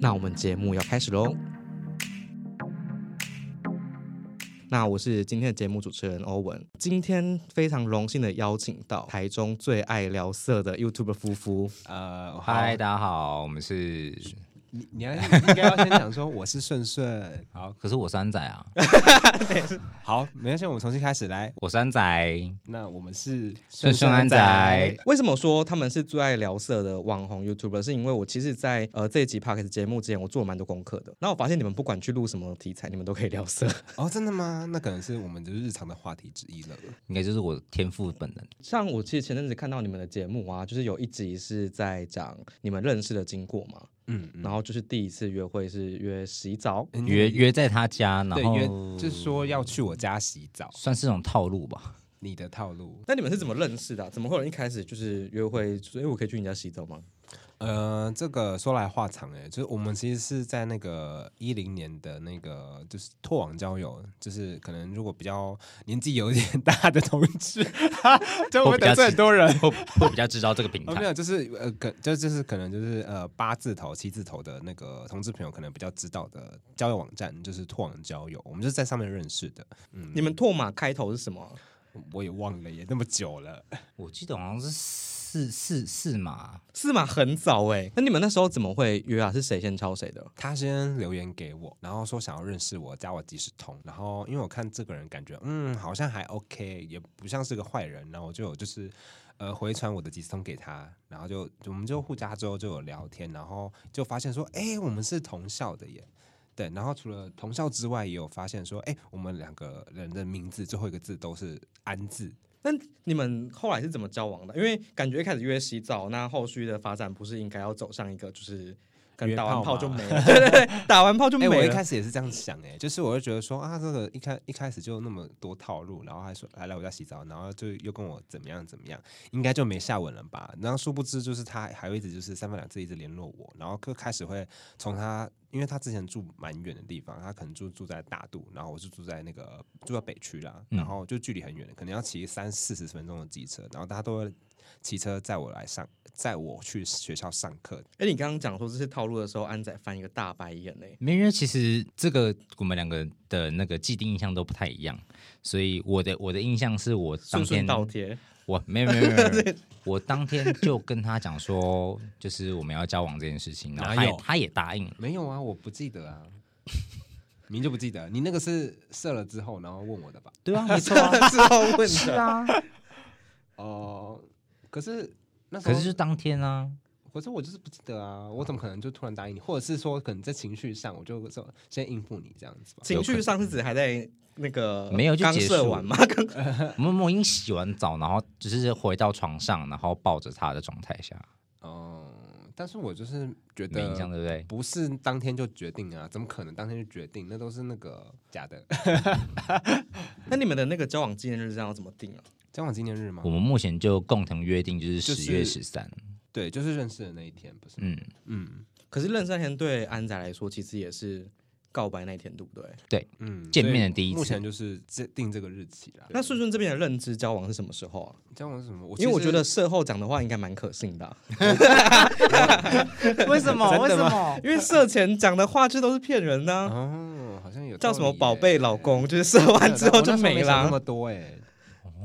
那我们节目要开始喽。那我是今天的节目主持人欧文，今天非常荣幸的邀请到台中最爱聊色的 YouTube 夫妇，呃，嗨，大家好，我们是你你要应该要先讲说我是顺顺，好，可是我山仔 啊，好，没关系，我们重新开始来。我山仔，那我们是顺顺安仔，为什么说他们是最爱聊色的网红 YouTuber？是因为我其实在，呃这一集 p o d c a s 节目之前，我做了蛮多功课的。然后我发现你们不管去录什么题材，你们都可以聊色。 哦，真的吗？那可能是我们的日常的话题之一了。应该就是我天赋本能。像我其实前阵子看到你们的节目啊，就是有一集是在讲你们认识的经过嘛，嗯，然后就是第一次约会是约洗澡，嗯约约在他家，然对后约就是说要去我家洗澡，算是一种套路 吧。你的套路。那你们是怎么认识的啊、怎么会有人一开始就是约会，所以我可以去你家洗澡吗？呃，这个说来话长哎、就是我们其实是在那个一零年的那个就是拓网交友，就是可能如果比较年纪有一点大的同志， 就会得罪很多人。我我比较知道这个平哦，没台，有，就是呃，可就就是可能就是呃八字头、七字头的那个同志朋友，可能比较知道的交友网站就是拓网交友，我们就是在上面认识的。你们拓马开头是什么啊？我也忘了，也那么久了。 我记得好像是四四四嘛，是吗？很早哎、那你们那时候怎么会约啊？是谁先敲谁的？他先留言给我，然后说想要认识我，加我即时通。然后因为我看这个人感觉嗯好像还 OK，也不像是个坏人，然后我就有就是呃回传我的即时通给他，然后就我们就互加之后就有聊天，然后就发现说哎、我们是同校的耶。对，然后除了同校之外，也有发现说，哎，我们两个人的名字最后一个字都是“安”字，那你们后来是怎么交往的？因为感觉一开始约洗澡，那后续的发展不是应该要走上一个就是，可能约打完炮炮吗就没了，对对对，打完炮就没哎、了。我一开始也是这样想、哎，就是我就觉得说啊，这个一开一开始就那么多套路，然后还说来来我家洗澡，然后就又跟我怎么样怎么样，应该就没下文了吧？然后殊不知就是他还会一直就是三番两次一直联络我，然后就开始会从他，因为他之前住蛮远的地方，他可能住住在大肚，然后我是住在那个住在北区啦，嗯然后就距离很远的，可能要骑三四十分钟的机车，然后他都会骑车载我来上，载我去学校上课，哎，你刚刚讲说这些套路的时候，安仔翻一个大白眼呢、欸没因为其实这个我们两个的那个既定印象都不太一样，所以我的我的印象是我当顺顺天倒贴。我没有没有没 有，没有我当天就跟他讲说，就是我们要交往这件事情，然后他哪也有他也答应了。没有啊，我不记得啊，明就不记得。你那个是射了之后，然后问我 的吧？对啊，没错啊，之后问的，是啊， 哦、可是那时可候，是就当天啊，可是我就是不记得啊，我怎么可能就突然答应你？或者是说，可能在情绪上，我就说先应付你这样子吧。情绪上是指还在那个没有就刚结射束完吗？ 刚我们我已经洗完澡，然后就是回到床上，然后抱着他的状态下，哦、但是我就是觉没印象得。对不对？不是当天就决定啊？怎么可能当天就决定？那都是那个假的。那你们的那个交往纪念日这样要怎么定啊？交往纪念日吗我？们目前就共同约定就是就是十月十三，对，就是认识的那一天，不是？嗯，嗯可是认识那天对安仔来说，其实也是告白那天，对不对？嗯，见面的第一次目前就是这定这个日期啦。那顺顺这边的认知交往是什么时候啊？交往是什么？我因为我其觉实得事后讲的话应该蛮可信的啊、 为 什么？为什么？因为事前讲的话这都是骗人的啊、哦，好像有叫什么道理耶宝贝老公，就是射完啊之后就没了那啦。么多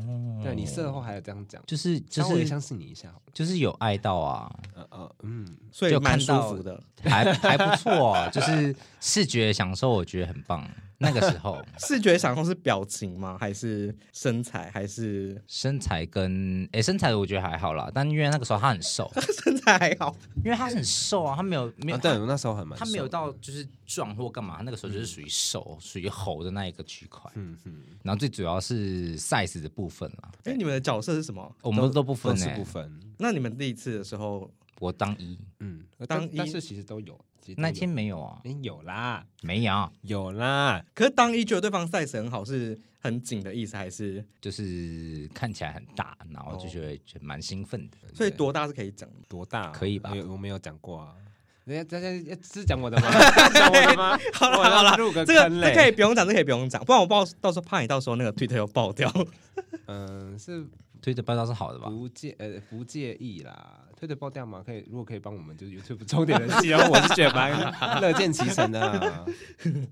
哎、对你事后还有这样讲，就是哦就稍微是相信你一下好了。就是有爱到啊，呃呃嗯，所以就蛮看舒到服的。还还不错、啊， 就是视觉享受，我觉得很棒。那个时 候视觉享受是表情吗？还是身材？还是身材跟诶身材我觉得还好啦，但因为那个时候他很瘦，身材还好？因为他很瘦啊，他没有没有、啊、对我那时候很蛮，嗯他没有，到就是壮或干嘛，他那个时候就是属于瘦，属于猴的那一个区块。嗯嗯，然后最主要是 size 的部分啦，哎、你们的角色是什么？我们都不分欸分是诶、不分，那你们第一次的时候，我当一嗯，当但但一是其实都有，其实都那有天没有啊，哎有啦，没啊有，有啦，可是当一觉得对方 size 很好，是很紧的意思，还是就是看起来很大，然哦后就觉得觉得蛮兴奋的。所以多大是可以讲的吗？多大可以吧有我没有讲 过啊。人家大家要是讲我的吗？是讲我的吗？ 好了我要好了入个这个坑这嘞。可以不用讲，这可以不用讲，不然我爆到时候怕你到时候那个 Twitter 又爆掉。 嗯，是推的报道是好的吧？不介呃不介意啦，推的爆掉嘛，可以如果可以帮我们就是 YouTube 重点人气，然后我是觉得蛮乐见其成的 啊。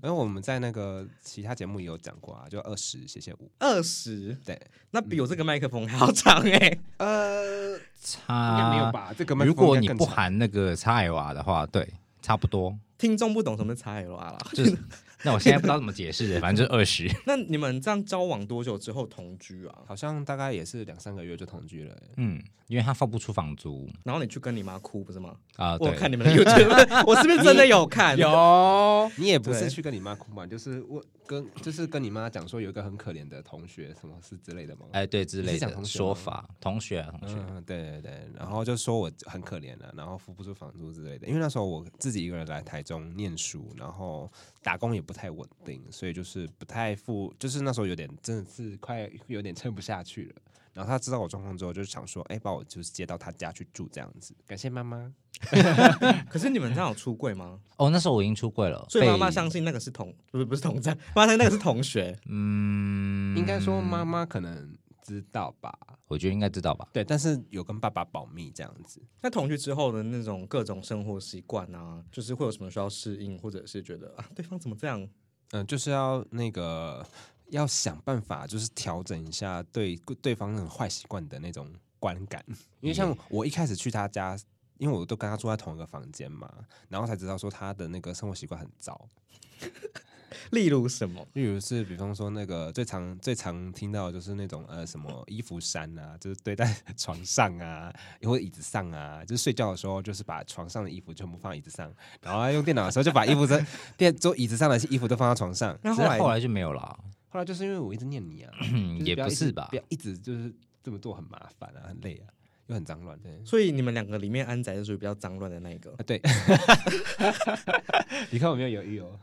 然后我们在那个其他节目也有讲过啊，就二十谢谢五，二十，对，那比我这个麦克风还要长哎、呃，应该差没有吧？这个麦克啊如风果应你该更不长含那个插矮娃的话，对，差不多。听众不懂什么是 XLR 啦。 就是，那我现在不知道怎么解释，反正就是二十。那你们这样交往多久之后同居啊？好像大概也是两三个月就同居了欸、嗯，因为他付不出房租然后你去跟你妈哭不是吗？啊、我对，有看你们的 YouTube，我是不是真的有看？有， 你也不对是去跟你妈哭嘛，就是我跟就是跟你妈讲说有一个很可怜的同学什么事之类的吗？哎、对之类你是讲同的学吗说法，同学啊，同学，嗯，对对对，然后就说我很可怜了、然后付不出房租之类的。因为那时候我自己一个人来台中念书，然后打工也不太稳定，所以就是不太付，就是那时候有点真的是快有点撑不下去了。然后他知道我状况之后，就想说，哎，把我就是接到他家去住这样子。感谢妈妈，可是你们这样有出柜吗？哦，那时候我已经出柜了，所以妈妈被相信那个是同，不是不是同在，妈妈相信那个是同学。嗯，应该说妈妈可能知道吧，我觉得应该知道吧。对，但是有跟爸爸保密这样子。 那同居之后的那种各种生活习惯啊，就是会有什么需要适应，或者是觉得啊对方怎么这样？嗯，就是要那个要想办法，就是调整一下对对方那种坏习惯的那种观感。因为像我一开始去他家，因为我都跟他住在同一个房间嘛，然后才知道说他的那个生活习惯很糟。例如什么？例如是，比方说那个最常最常听到的就是那种呃什么衣服衫啊，就是堆在 床上啊，或者椅子上啊，就是睡觉的时候就是把床上的衣服全部放椅子上，然后用电脑的时候就把衣服在 电桌椅子上的衣服都放到床上。那后后来来后来就没有了，啊后来就是因为我一直念你啊，嗯，就也不要不一直是吧不？要一直就是这么做很麻烦啊，很累啊，又很脏乱。对，所以你们两个里面，安仔是属于比较脏乱的那一个啊。对， 你看我没有犹豫哦。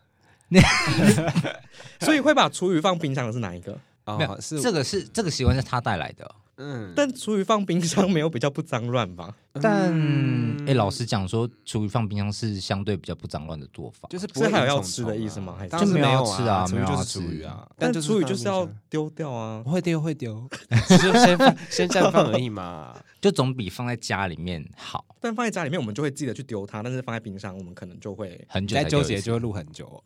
所以会把厨余放冰箱的是哪 一个？没啊，有，是这个是这个习惯是他带来的，嗯，但厨余放冰箱没有比较不脏乱吧？但嗯哎、老实讲说，厨余放冰箱是相对比较不脏乱的做法，就是不所会以还有有要吃的意思吗还是啊当然就没有没要有吃啊厨没余有就要是厨吃余啊，但就是厨余放就是冰要箱丢掉啊。会丢会丢， 只是先放先绽放而已 嘛。就总比放在家里面好。但放在家里面，我们就会记得去丢它；但是放在冰箱，我们可能就 会很久再才纠丢一结次就会录很 久。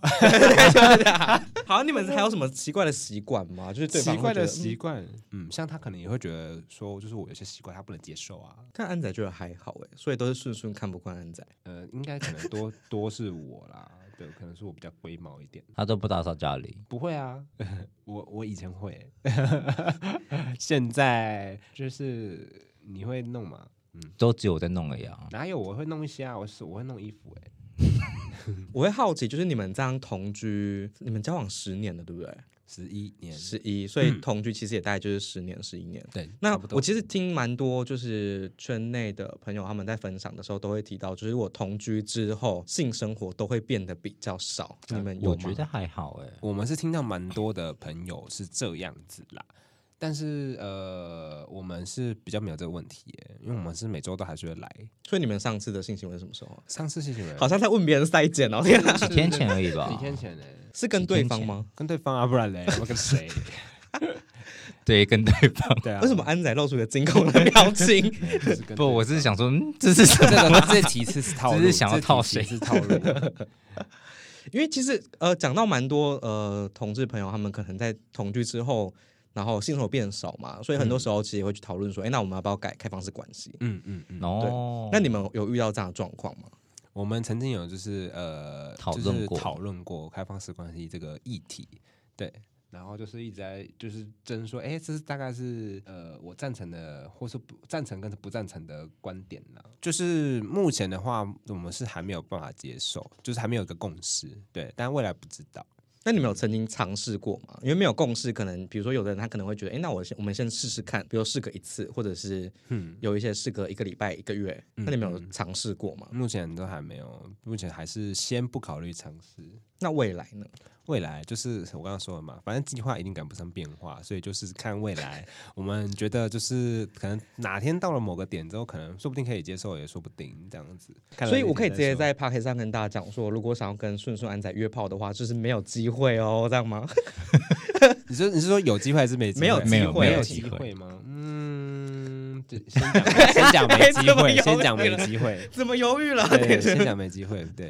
好。你们还有什么奇怪的习惯吗？就是对方奇会怪觉的得习惯，嗯，像他可能也会觉得说，就是我有些习惯他不能接受啊。嗯但安仔觉得还好哎，所以都是顺顺看不惯安仔。呃，应该可能多 多是我啦，对，可能是我比较龟毛一点。他都不打扫家里，不会啊， 我我以前会， 现在就是你会弄吗？都只有我在弄而已啊。哪有我会弄一些啊，我是我会弄衣服哎、我会好奇，就是你们这样同居，你们交往十年了，对不对？十一年，嗯十一，所以同居其实也大概就是十年、十一年。对，那差不多我其实听蛮多，就是圈内的朋友他们在分享的时候都会提到，就是我同居之后，性生活都会变得比较少。嗯你们有我吗？觉得还好 哎、我们是听到蛮多的朋友是这样子啦，但是呃，我们是比较没有这个问题、欸，因为我们是每周都还是会来。所以你们上次的性行为是什么时候啊？上次是什么？好像在问别人筛检哦， 天哪！几天前而已 吧几。天前呢、欸，是跟对方 吗？跟对方啊，不然嘞，我跟 谁？对，跟对方。对啊，为什么安仔露出个惊恐的表情？ 就是跟对不，方我只是想说，嗯，这是 这个这题是套路，只是想要套谁这题是套路。 因为其实呃，讲到蛮多呃同志朋友，他们可能在同居之后，然后性生活变少嘛，所以很多时候其实也会去讨论说，哎、那我们要不要改开放式关系？嗯嗯嗯，哦，那你们有遇到这样的状况吗？我们曾经有就是呃，讨论就是过讨论过开放式关系这个议题，对。然后就是一直在就是争说，哎，这是大概是呃我赞成的，或是不赞成跟不赞成的观点呢、就是目前的话，我们是还没有办法接受，就是还没有一个共识，对。但未来不知道，那你们有曾经尝试过吗？因为没有共识，可能比如说有的人他可能会觉得，哎，那我先我们先试试看，比如试个一次，或者是嗯，有一些试个一个礼拜、一个月，那你们有尝试过吗？目前都还没有，目前还是先不考虑尝试。那未来呢？未来就是我刚刚说的嘛，反正计划一定赶不上变化，所以就是看未来。我们觉得就是可能哪天到了某个点之后，可能说不定可以接受，也说不定这样子。看来所以我可以直接再说在 p a c k e t 上跟大家讲说，如果想要跟顺顺安仔约炮的话，就是没有机会哦，这样 吗？你说你是说有机会还是没机会没有机会没没有有机机会会吗？嗯，对先讲先讲没机怎么啊会，有先讲没 机会，怎么犹豫了？对，先讲没机会，对，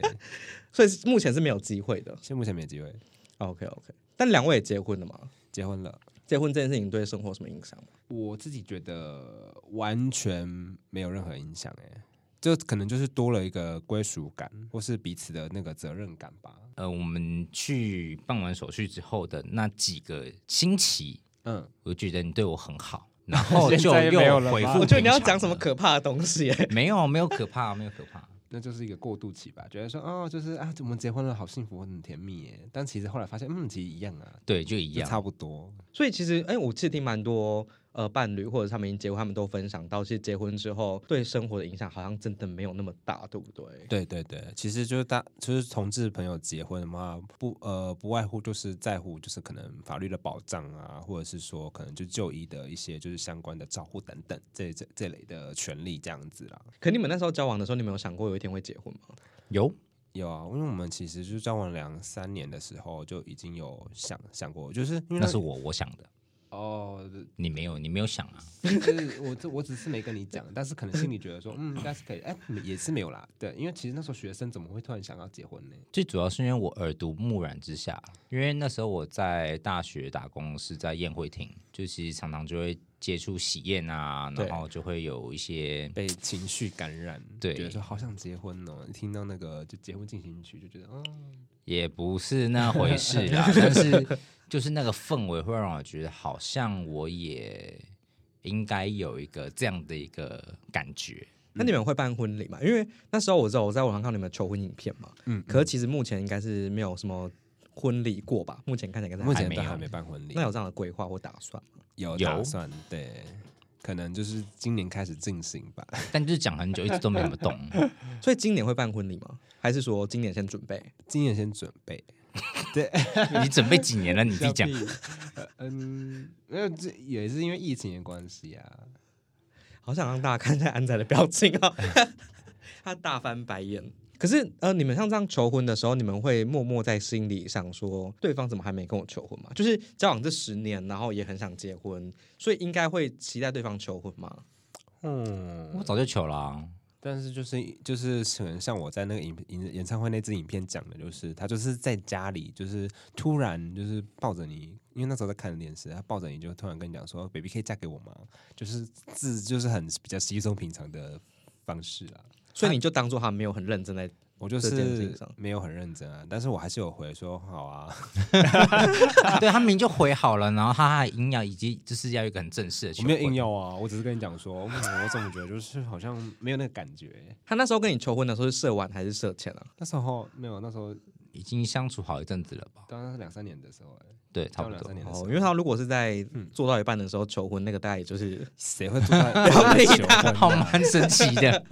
所以是目前是没有机会的。现目前没机会， OK OK，但两位也结婚了嘛？结婚了。结婚这件事情对生活有什么影响吗？我自己觉得完全没有任何影响，哎，就可能就是多了一个归属感，或是彼此的那个责任感吧。呃，我们去办完手续之后的那几个星期，嗯，我觉得你对我很好，然 后现就在没有又了吗回复。不我觉得你要讲什么？可怕的东西、欸没有，没有可怕，没有可怕。那就是一个过渡期吧，觉得说哦，就是啊，我们结婚了，好幸福，很甜蜜耶。但其实后来发现，嗯，其实一样啊，对，就一也样。差不多。所以其实，哎、我其实听蛮多呃伴侣或者他们已经结婚，他们都分享到，其实结婚之后对生活的影响好像真的没有那么大，对不对？对对对，其实就是大，就是同志朋友结婚的话，不呃不外乎就是在乎就是可能法律的保障啊，或者是说可能就就医的一些就是相关的照护等等这这这类的权利这样子啦。可你们那时候交往的时候，你们有想过有一天会结婚吗？有有啊，因为我们其实就是交往两三年的时候就已经有想想过，就是因为那是我我想的，哦， 你没有，你没有想啊。就是我这我只是没跟你讲，但是可能心里觉得说，嗯，应该是可以，哎、也是没有啦，对，因为其实那时候学生怎么会突然想要结婚呢？最主要是因为我耳濡目染之下，因为那时候我在大学打工是在宴会厅，就其实常常就会接触喜宴啊，对然后就会有一些被情绪感染，对觉得说好想结婚哦，一听到那个就结婚进行曲就觉得，嗯、也不是那回 事啦，但是就是那个氛围会让我觉得好像我也应该有一个这样的一个感觉。那你嗯们会办婚礼吗？因为那时候我知道我在网上看到你们的求婚影片嘛，嗯可是其实目前应该是没有什么婚礼过吧？目前看起来应该是目还前没都有还没办婚礼那，有这样的规划或打算吗？有有打算对。可能就是今年开始进行吧，但就是讲很久，一直都没有动。所以今年会办婚礼吗？还是说今年先准备？今年先准备。对， 你准备几年了？你自己讲。小屁。呃嗯，没有，这也是因为疫情的关系啊。好想让大家看一下安仔的表情啊、 他大翻白眼。可是呃，你们像这样求婚的时候，你们会默默在心里想说，对方怎么还没跟我求婚嘛？就是交往这十年，然后也很想结婚，所以应该会期待对方求婚嘛？嗯，我早就求了啊、但是就是就是可能像我在那个影影演唱会那支影片讲的，就是他就是在家里，就是突然就是抱着你，因为那时候在看电视，他抱着你就突然跟你讲说：“baby 可以嫁给我吗？”就是自就是很比较稀松平常的方式啊。所以你就当做他没有很认真在，我就这件事情是上没有很认真啊，但是我还是有回说好啊，啊对他明明就回好了，然后他还硬要以及就是要一个很正式的求我婚，没有硬要啊，我只是跟你讲说，嗯我怎么觉得就是好像没有那个感觉。他那时候跟你求婚的时候是射完还是射前啊？那时候没有，那时候已经相处好一阵子了吧？当然是两三年的时候、欸，对，差不交往两三年。多哦，因为他如果是在做到一半的时候求婚，那个大概也就是谁会做 到要理求婚好啊？蛮神奇的，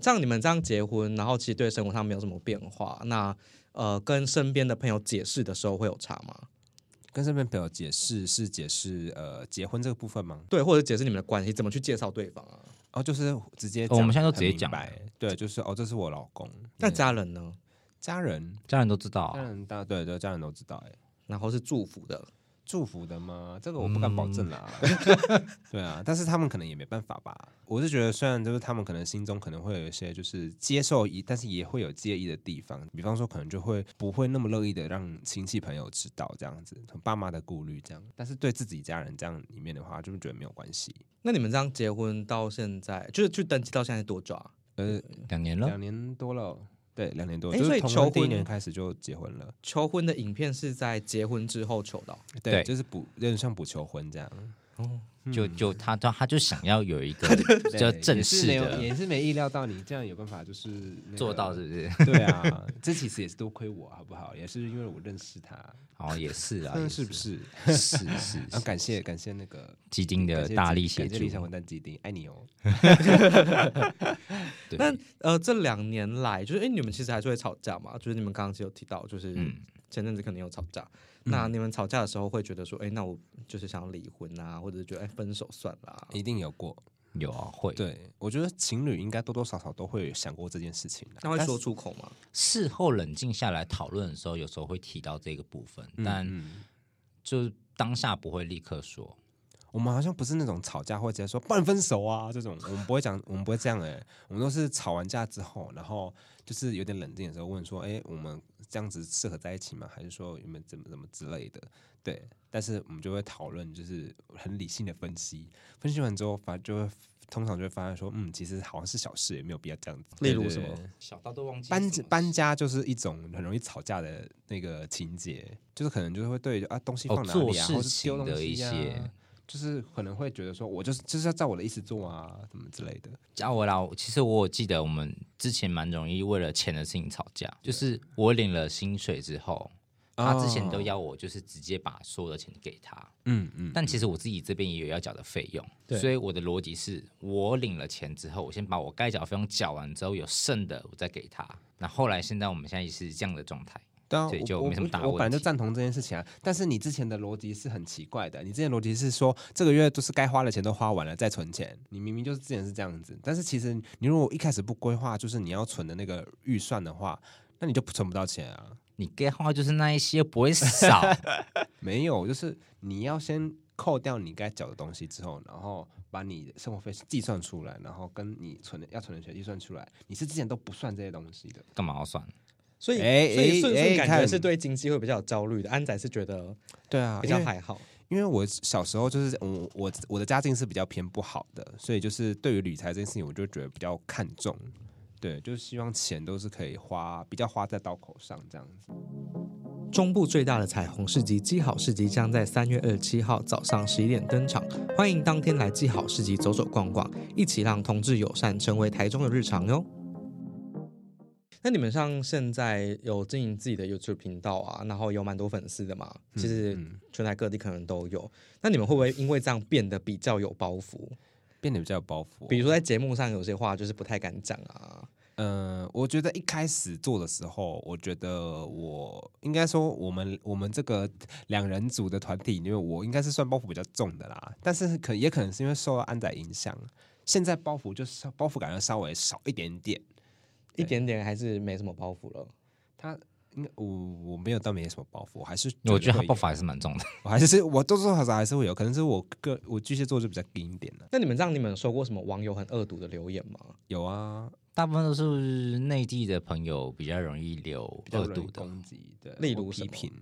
像你们这样结婚，然后其实对生活上没有什么变化，那呃，跟身边的朋友解释的时候会有差吗？ 跟身边朋友解释是解释呃结婚这个部分吗？对，或者解释你们的关系，怎么去介绍对方啊？哦，就是直接哦讲、我们现在都直接很明讲白了对，就是哦，这是我老公。那家家人呢？家人，家人都知道啊、家人大对对，家人都知道哎。然后是祝福的，祝福的吗？这个我不敢保嗯证啦。 对啊，但是他们可能也没办法吧。我是觉得，虽然就是他们可能心中可能会有一些就是接受一，但是也会有介意的地方。比方说，可能就会不会那么乐意的让亲戚朋友知道这样子，爸妈的顾虑这样。但是对自己家人这样里面的话，就是觉得没有关系。那你们这样结婚到现在，就是去登记到现在多久啊？呃，两年了两，年多了，对，两年多，诶就所是以同求婚第一婚年开始就结婚了，求婚的影片是在结婚之后求到，对，对就是补有点像补求婚这样，就就他他他就想要有一个比嗯 对较也正是式没有的也是没意料到你这样有办法就是、那个做到，是不是？ 对啊，这其实也是多亏我好不好？也是因为我认识他，哦，也是啊，也嗯，是不是？是是是啊， 感谢感谢那个基金的感谢大基力协感谢理想助混，蛋基丁，爱你哦。对，那呃，这两年来，就是哎、诶你们其实还是会吵架嘛？就是你们刚刚其实有提到，就是嗯前阵子可能有吵架。嗯那你们吵架的时候会觉得说，哎、那我就是想要离婚啊，或者是觉得哎、分手算了、啊。一定有过，有啊会。对我觉得情侣应该多多少少都会有想过这件事情啦那会但说是出口吗？事后冷静下来讨论的时候，有时候会提到这个部分，但嗯，就是当下不会立刻说。我们好像不是那种吵架会直接说不然分手啊这种，我们不会讲，我们不会这样哎、我们都是吵完架之后，然后就是有点冷静的时候问说，哎、我们这样子适合在一起吗？还是说你们怎么怎么之类的？对，但是我们就会讨论，就是很理性的分析，分析完之后，反正就会通常就会发现说，嗯，其实好像是小事，也没有必要这样子。例如对什么？对对小到都忘记搬搬家就是一种很容易吵架的那个情节，就是可能就是会对啊东西哦放哪做里啊，事或是丢情的东一西些啊，就是可能会觉得说我就是就是要照我的意思做啊，什么之类的。加啊我啦，其实我有记得我们之前蛮容易为了钱的事情吵架，就是我领了薪水之后，他之前都哦，要我就是直接把所有的钱给他，嗯嗯，但其实我自己这边也有要缴的费用，对所以我的逻辑是我领了钱之后，我先把我该缴的费用缴完之后，有剩的我再给他。那后来现在我们现在是这样的状态，对啊，对我就我没什么大我问本来就题赞同这件事情啊，但是你之前的逻辑是很奇怪的，你之前的逻辑是说这个月就是该花的钱都花完了再存钱，你明明就是之前是这样子，但是其实你如果一开始不规划，就是你要存的那个预算的话，那你就存不到钱啊。你给花就是那一些不会少，没有，就是你要先扣掉你该缴的东西之后，然后把你的生活费计算出来，然后跟你存的要存的钱计算出来。你是之前都不算这些东西的，干嘛要算？所以，哎所以顺顺哎感觉看是对经济会比较有焦虑的。安仔是觉得对啊比较还好，因为我小时候就是我我我的家境是比较偏不好的，所以就是对于理财这件事情，我就觉得比较看重。对，就是希望钱都是可以花，比较花在刀口上这样子。中部最大的彩虹市集“基好市集”将在三月二十七号早上十一点登场，欢迎当天来基好市集走走逛逛，一起让同志友善成为台中的日常哟。那你们像现在有经营自己的 YouTube 频道啊，然后有蛮多粉丝的嘛，其实嗯全台各地可能都有。那你们会不会因为这样变得比较有包袱？变得比较有包袱哦、比如说在节目上有些话就是不太敢讲啊，嗯，我觉得一开始做的时候，我觉得我应该说我们我们这个两人组的团体，因为我应该是算包袱比较重的啦，但是可也可能是因为受到安仔影响，现在包袱就是包袱感要稍微少一点点。一点点还是没什么包袱了。他应该我我没有到没什么包袱，我还是我觉得他会有爆发还是蛮重的。我还是我多多少少还是会有，可能是我个我巨蟹座就比较硬一点了。那你们这样，你们有收过什么网友很恶毒的留言吗？有啊，大部分都是内地的朋友比较容易留比较恶容易毒的，攻击的，例或如什批么评，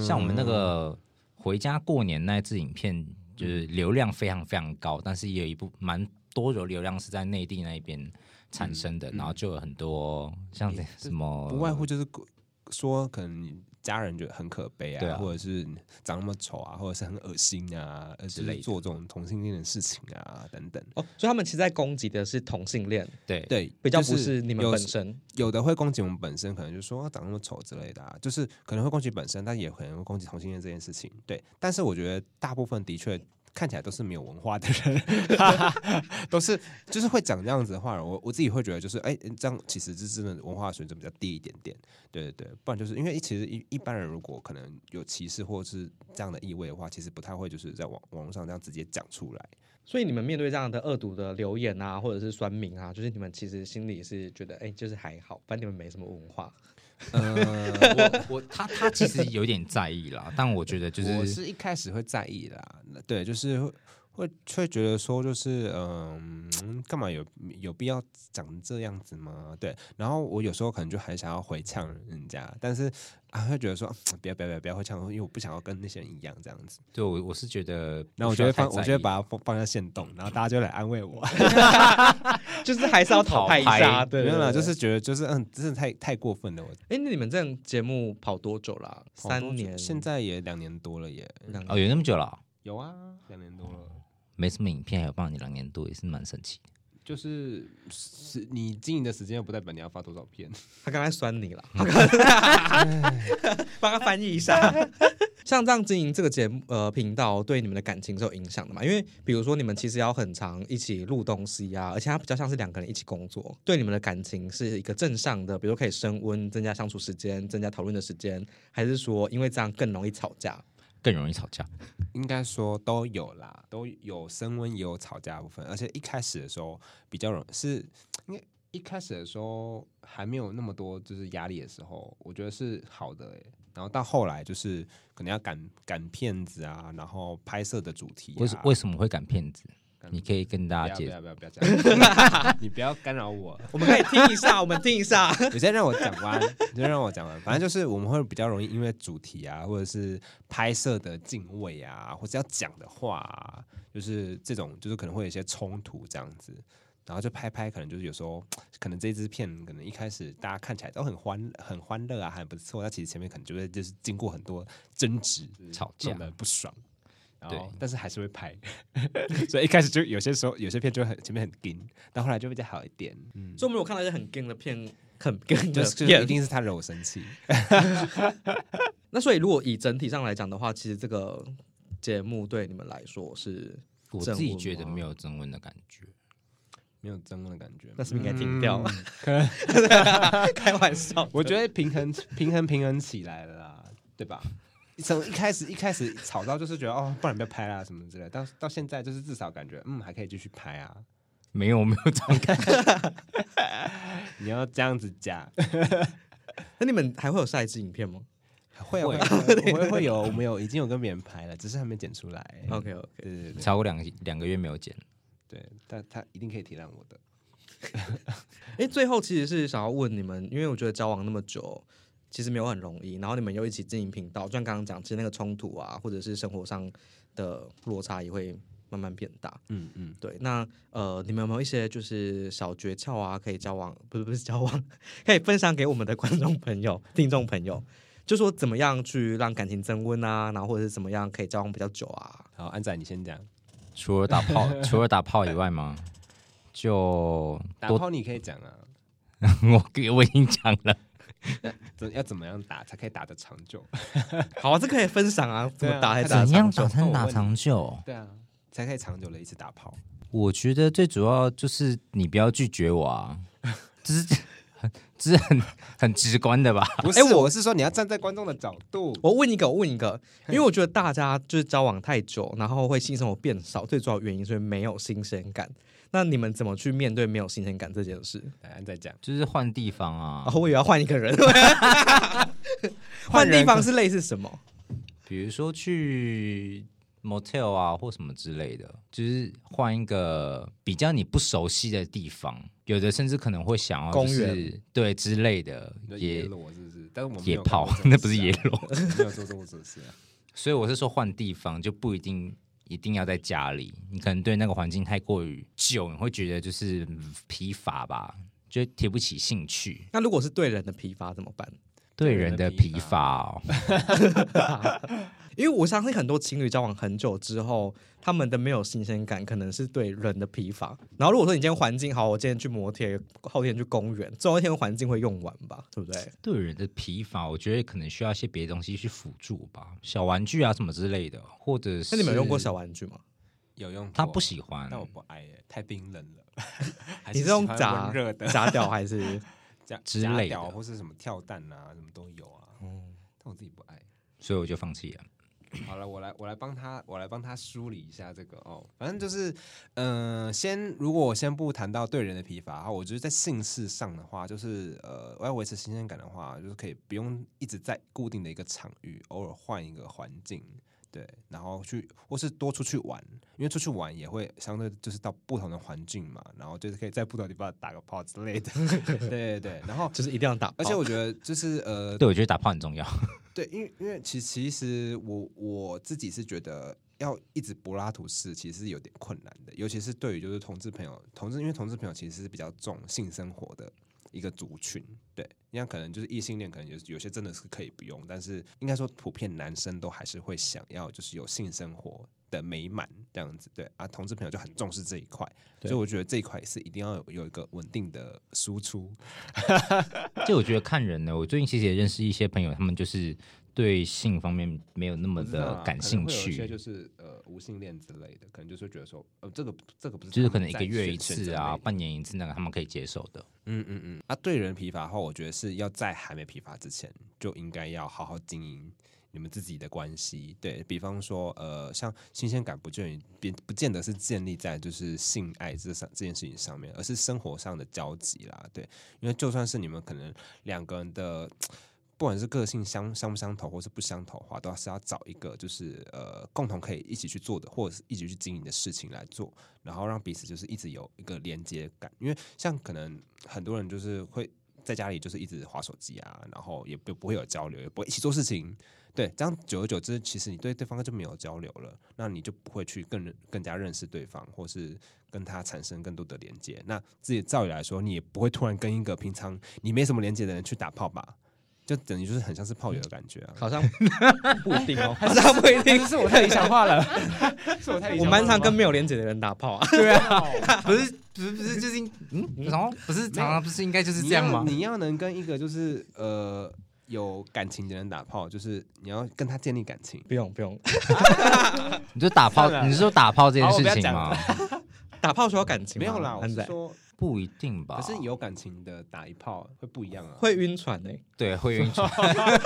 像我们那个回家过年那一支影片，就是流量非常非常高，但是也有一部蛮多的流量是在内地那一边产生嗯的，然后就有很多像这什么不外乎就是故说可能你家人觉得很可悲对啊，啊或者是长那么丑啊，或者是很恶心啊，而之且类的做这种同性恋的事情啊等等。哦，所以他们其实在攻击的是同性恋， 对对，比较就不是你们有本身。有的会攻击我们本身，可能就说啊长那么丑之类的啊，就是可能会攻击本身，但也可能会攻击同性恋这件事情。对，但是我觉得大部分的确看起来都是没有文化的人， 都是就是会讲这样子的话，我我自己会觉得就是哎、这样其实是真的文化水准比较低一点点。对对对，不然就是因为其实一一般人如果可能有歧视或是这样的意味的话，其实不太会就是在网网络上这样直接讲出来。 所以你们面对这样的恶毒的留言啊，或者是酸民啊，就是你们其实心里是觉得，哎、就是还好，反正你们没什么文化。我我他他其实有点在意啦，但我觉得就我是是一开始会在意啦，那对，就是会会会觉得说，就是嗯，干嘛有有必要长成这样子吗？对，然后我有时候可能就很想要回呛人家，但是啊，会觉得说不要不要不要不要回呛，因为我不想要跟那些人一样这样子。对我我是觉得然后我不需就要会太放，在我意就会把它放放在线动，然后大家就来安慰我。就是还 是要讨拍一下，讨拍 对没对有啦，对就是觉得就是嗯，真的太太过分了。我哎、那你们这样节目跑多久啦、好多三年，现在也两年多了耶。两哦年。有那么久了哦，有啊，两年多了。没什么影片，还有放你两年多，也是蛮神奇的。就是是你经营的时间，又不代表你要发多少片。他刚才酸你了，他刚嗯才帮他翻译一下。 像这样经营这个节目呃频道，对你们的感情是有影响的嘛？因为比如说你们其实要很常一起录东西啊，而且它比较像是两个人一起工作，对你们的感情是一个正向的，比如说可以升温，增加相处时间，增加讨论的时间，还是说因为这样更容易吵架？更容易吵架，应该说都有啦，都有升温，也有吵架的部分。而且一开始的时候比较容是，应该一开始的时候还没有那么多就是压力的时候，我觉得是好的诶、欸然后到后来就是可能要赶赶片子啊，然后拍摄的主题、啊。为什为什么会赶骗子？你可以跟大家不解要释。不要不要不要这样！ 你不要干扰我，我们可以听一 下，我们听一下。你再让我讲完，你再让我讲完。反正就是我们会比较容易因为主题啊，或者是拍摄的敬畏啊，或者要讲的话、啊，就是这种就是可能会有一些冲突这样子。然后就拍拍，可能就是有时候，可能这支片可能一开始大家看起来都很欢很欢乐啊，很不错。那其实前面可能就会就是经过很多争执、吵架的不爽。然啊对后，但是还是会拍， 所以一开始就有些时候有些片就会很前面很硬，但后来就比较好一点。嗯，所以我们有看到一些很 gay 的片，很 gay 就的是就是片一，定是他惹我生气。那所以，如果以整体上来讲的话，其实这个节目对你们来说是，我自己觉得没有增温的感觉，没有增温的感觉吗。那是不是应该停掉？ 开玩笑，我觉得平衡平衡平衡起来了啦，对吧？从一开始一开始吵到就是觉得哦，不然不要拍啦什么之类的，到到现在就是至少感觉嗯还可以继续拍啊。 没有没有这种感觉。你要这样子讲，那你们还会有下一支影片吗 会啊会啊会啊会会有我们有已经有跟别人拍了，只是还没剪出来。 ？OK OK，对对对超过两两个月没有剪，对，但他一定可以体谅我的。哎、最后其实是想要问你们，因为我觉得交往那么久，其实没有很容易，然后你们又一起经营频道，就像刚刚讲，其实那个冲突啊，或者是生活上的落差也会慢慢变大。嗯嗯，对， 那呃，你们有没有一些就是小诀窍啊，可以交往不是不是交往，可以分享给我们的观众朋友、听众朋友， 就说怎么样去让感情增温啊，然后或者是怎么样可以交往比较久啊？好，安仔你先讲，除了打炮，除了打炮以外吗？就 打多，炮你可以讲啊，我我已经讲了，怎要怎么样打才可以打得长久？好啊，这可以分享啊，怎对啊么打还看打得怎样长久哦打才我打问你长久？对啊，才可以长久的一次打炮。我觉得最主要就是你不要拒绝我啊， 这是 这是很很直观的吧？ 不是，哎我是说你要站在观众的角度，我问一个，我问一个，因为我觉得大家就是交往太久，然后会性生活变少，最主要原因是因为没有新鲜感。那你们怎么去面对没有新鲜感这件事？来安仔讲。就是换地方啊，啊，我以为要换一个人， 换地方是类似什么？比如说去 motel 啊或什么之类的，就是换一个比较你不熟悉的地方，有的甚至可能会想要、就是、公对之类的你说野野裸是不是？但是我们没野有炮干过，这种 那不是事啊野，裸， 没有做过这种事啊。所以我是说换地方就不一定。一定要在家里，你可能对那个环境太过于久，你会觉得就是嗯疲乏吧，就提不起兴趣。那如果是对人的疲乏怎么办？对人的疲乏、哦，因为我相信很多情侣交往很久之后，他们的没有新鲜感，可能是对人的疲乏。然后如果说你今天环境好，我今天去摩天，后天去公园，总有一天环境会用完吧，对不对？对人的疲乏，我觉得可能需要一些别的东西去辅助吧，小玩具啊什么之类的，或者是那你们有用过小玩具吗？ 有用过，他不喜欢，但我不爱耶，太冰冷 了。还你是是用喜欢炸温热的炸掉还是？夹之夹类屌的嗯或是什么跳蛋啊，什么都有啊。但我自己不爱。所以我就放弃了。好了，我来我来帮他，我来帮他梳理一下这个哦。反正就是，嗯、先如果我先不谈到对人的疲乏，我觉得在性事上的话，就是呃，我要维持新鲜感的话，就是可以不用一直在固定的一个场域，偶尔换一个环境。对，然后去或是多出去玩，因为出去玩也会相对就是到不同的环境嘛，然后就是可以在不同地方打个炮之类的。 对对对，然后就是一定要打爆，而且我觉得就是呃，对，我觉得打炮很重要， 对，因为因为其其实我我自己是觉得要一直柏拉图式其实是有点困难的，尤其是对于就是同志朋友，同志因为同志朋友其实是比较重性生活的一个族群。对，你看可能就是异性恋，可能有有些真的是可以不用，但是应该说普遍男生都还是会想要就是有性生活的美满这样子。对啊，同志朋友就很重视这一块，所以我觉得这一块是一定要有有一个稳定的输出。这我觉得看人呢，我最近其实也认识一些朋友，他们就是对性方面没有那么不知道的啊感可能兴会有一趣，些就是呃无性恋之类的，可能就是觉得说，呃，这个这个不是就是他可们能一在个月选一选次择啊，内半年一次那个他们可以接受 的。嗯嗯嗯，啊，对人疲乏后，我觉得是要在还没疲乏之前，就应该要好好经营你们自己的关系。对比方说，呃，像新鲜感不见不不见得是建立在就是性爱这上这件事情上面，而是生活上的交集啦。对，因为就算是你们可能两个人的。不管是个性相相不相投，或是不相投的话，都是要找一个就是呃共同可以一起去做的，或者是一起去经营的事情来做，然后让彼此就是一直有一个连接感。因为像可能很多人就是会在家里就是一直划手机啊，然后也不不会有交流，也不会一起做事情。对，这样久而久之，其实你对对方就没有交流了，那你就不会去更认更加认识对方，或是跟他产生更多的连接。那自己照理来说，你也不会突然跟一个平常你没什么连接的人去打炮吧？就等于就是很像是炮友的感觉啊。好 像不一定 哦，还是他不一定，是我太理想化了，是我太理 想化了我吗。蛮常跟没有连结的人打炮啊。 对啊， 不是不是不是，就是嗯，然后不是常常不是应该就是你这样要吗？你要能跟一个就是呃有感情的人打炮，就是你要跟他建立感情。不用不用，你就打算了炮，你是说打炮这件好我事不要情讲吗？打炮需要感情没吗有啦，我安是仔说，不一定吧，可是有感情的打一炮会不一样啊。会晕船哎，对会晕船，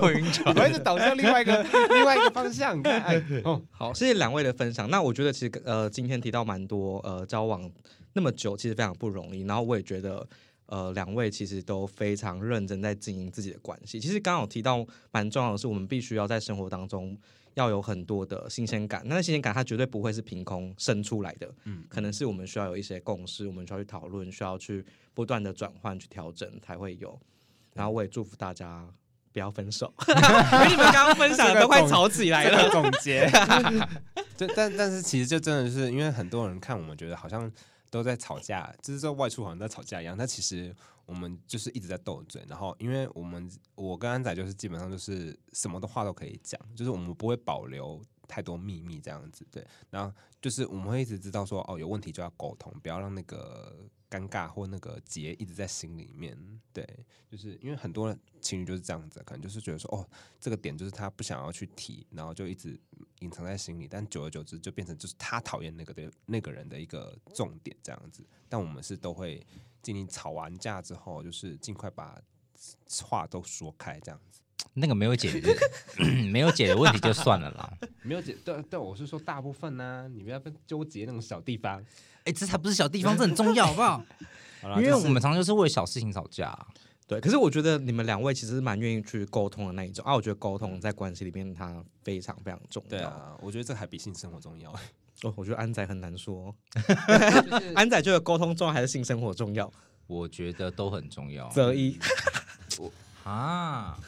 会晕船。我一直导向 另外一个另外一个方向，看哎哦，好，谢谢两位的分享。那我觉得其实呃，今天提到蛮多呃，交往那么久其实非常不容易。然后我也觉得呃，两位其实都非常认真在经营自己的关系。其实刚刚有提到蛮重要的是，我们必须要在生活当中要有很多的新鲜感。那新鲜感它绝对不会是凭空生出来的，嗯，可能是我们需要有一些共识，我们需要去讨论，需要去不断的转换去调整才会有。然后我也祝福大家。不要分手， 因为你们刚刚分享的都快吵起来了。个总结。这但但是其 实就真的是因为很多人看我们觉得好像都在吵架，就是在外出好像在吵架一样，但其实我们就是一直在斗嘴。然后因为我们我跟安仔就是基本上就是什么的话都可以讲，就是我们不会保留。太多秘密这样子，对，然后就是我们会一直知道说，哦，有问题就要沟通，不要让那个尴尬或那个结一直在心里面，对，就是因为很多情侣就是这样子，可能就是觉得说，哦，这个点就是他不想要去提，然后就一直隐藏在心里，但久而久之就变成就是他讨厌那个的那个人的一个重点这样子。但我们是都会尽力吵完架之后，就是尽快把话都说开这样子。那个没有解决， 没有解决问题就算了啦。没有解，对对，我是说大部分呢、你不要被纠结那种小地方。 哎，这才不是小地方，这很重要，好不好？好啦因为就我是们常常就是为了小事情吵架。对，可是我觉得你们两位其实蛮愿意去沟通的那一种啊，我觉得沟通在关系里面它非常非常重要。对啊，我觉得这还比性生活重要。 哦，我觉得安仔很难说，哦就 是安仔觉得沟通重要还是性生活重要？我觉得都很重要择 一，啊。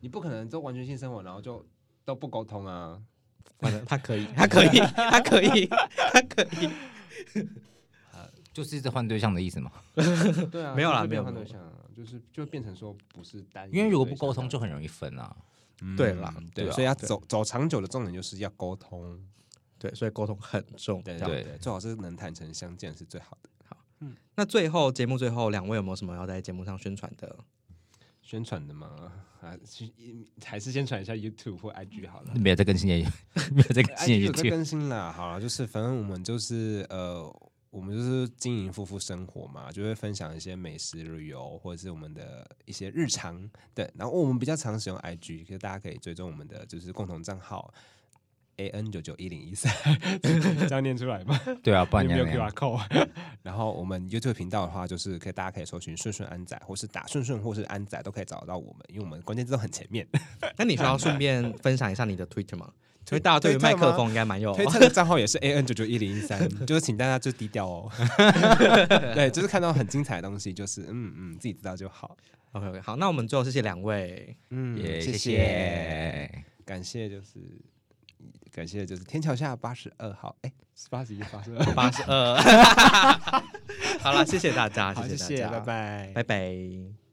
你不可能都完全性生活，然后就都不沟通 啊。反正他可以，他可以，他可以，他可以。 就是一直换对象的意思嘛，对啊，没有啦就是没有变换没有对象啊，就是就会变成说不是单一的对象这样子，因为如果不沟通就很容易分啊。对啦嗯对对，啊所以要对走走长久的重点就是要沟通，对，所以沟通很重对要。对对，最好是能坦诚相见是最好的。那最后节目最后，两位有没有什么要在节目上宣传的？宣传的嘛，啊，其实还是宣传一下 YouTube 或 IG 好了。没有在更新的， 没有在更哎，新的有嗯在 YouTube，更新啦，好了，就是反正我们就是呃，我们就是经营夫妇生活嘛，就会分享一些美食、旅游或者是我们的一些日常。对，然后我们比较常使用 IG，可是大家可以追踪我们的就是共同账号 A N 九九一零一三， 这样念出来吗？对啊，不然有你没要有那样 QR code？然后我们 YouTube 频道的话，就是可以大家可以搜寻“顺顺安仔”或是打“顺顺”或是“安仔”都可以找到我们，因为我们关键字都很前面。那你需要顺便分享一下你的 Twitter 吗？因推为大家对于推特麦吗克风应该蛮有推特的账号也是 A N 九九一零一 三，就是请大家就低调哦。对，就是看到很精彩的东西，就是嗯嗯，自己知道就好。 OK OK，好，那我们最后谢谢两位，嗯也谢谢，谢。感谢就是感谢就是天桥下八十二号，哎，是八十一、八十二。 八十二。好了，谢谢大家，好谢谢谢大啊家，拜拜拜拜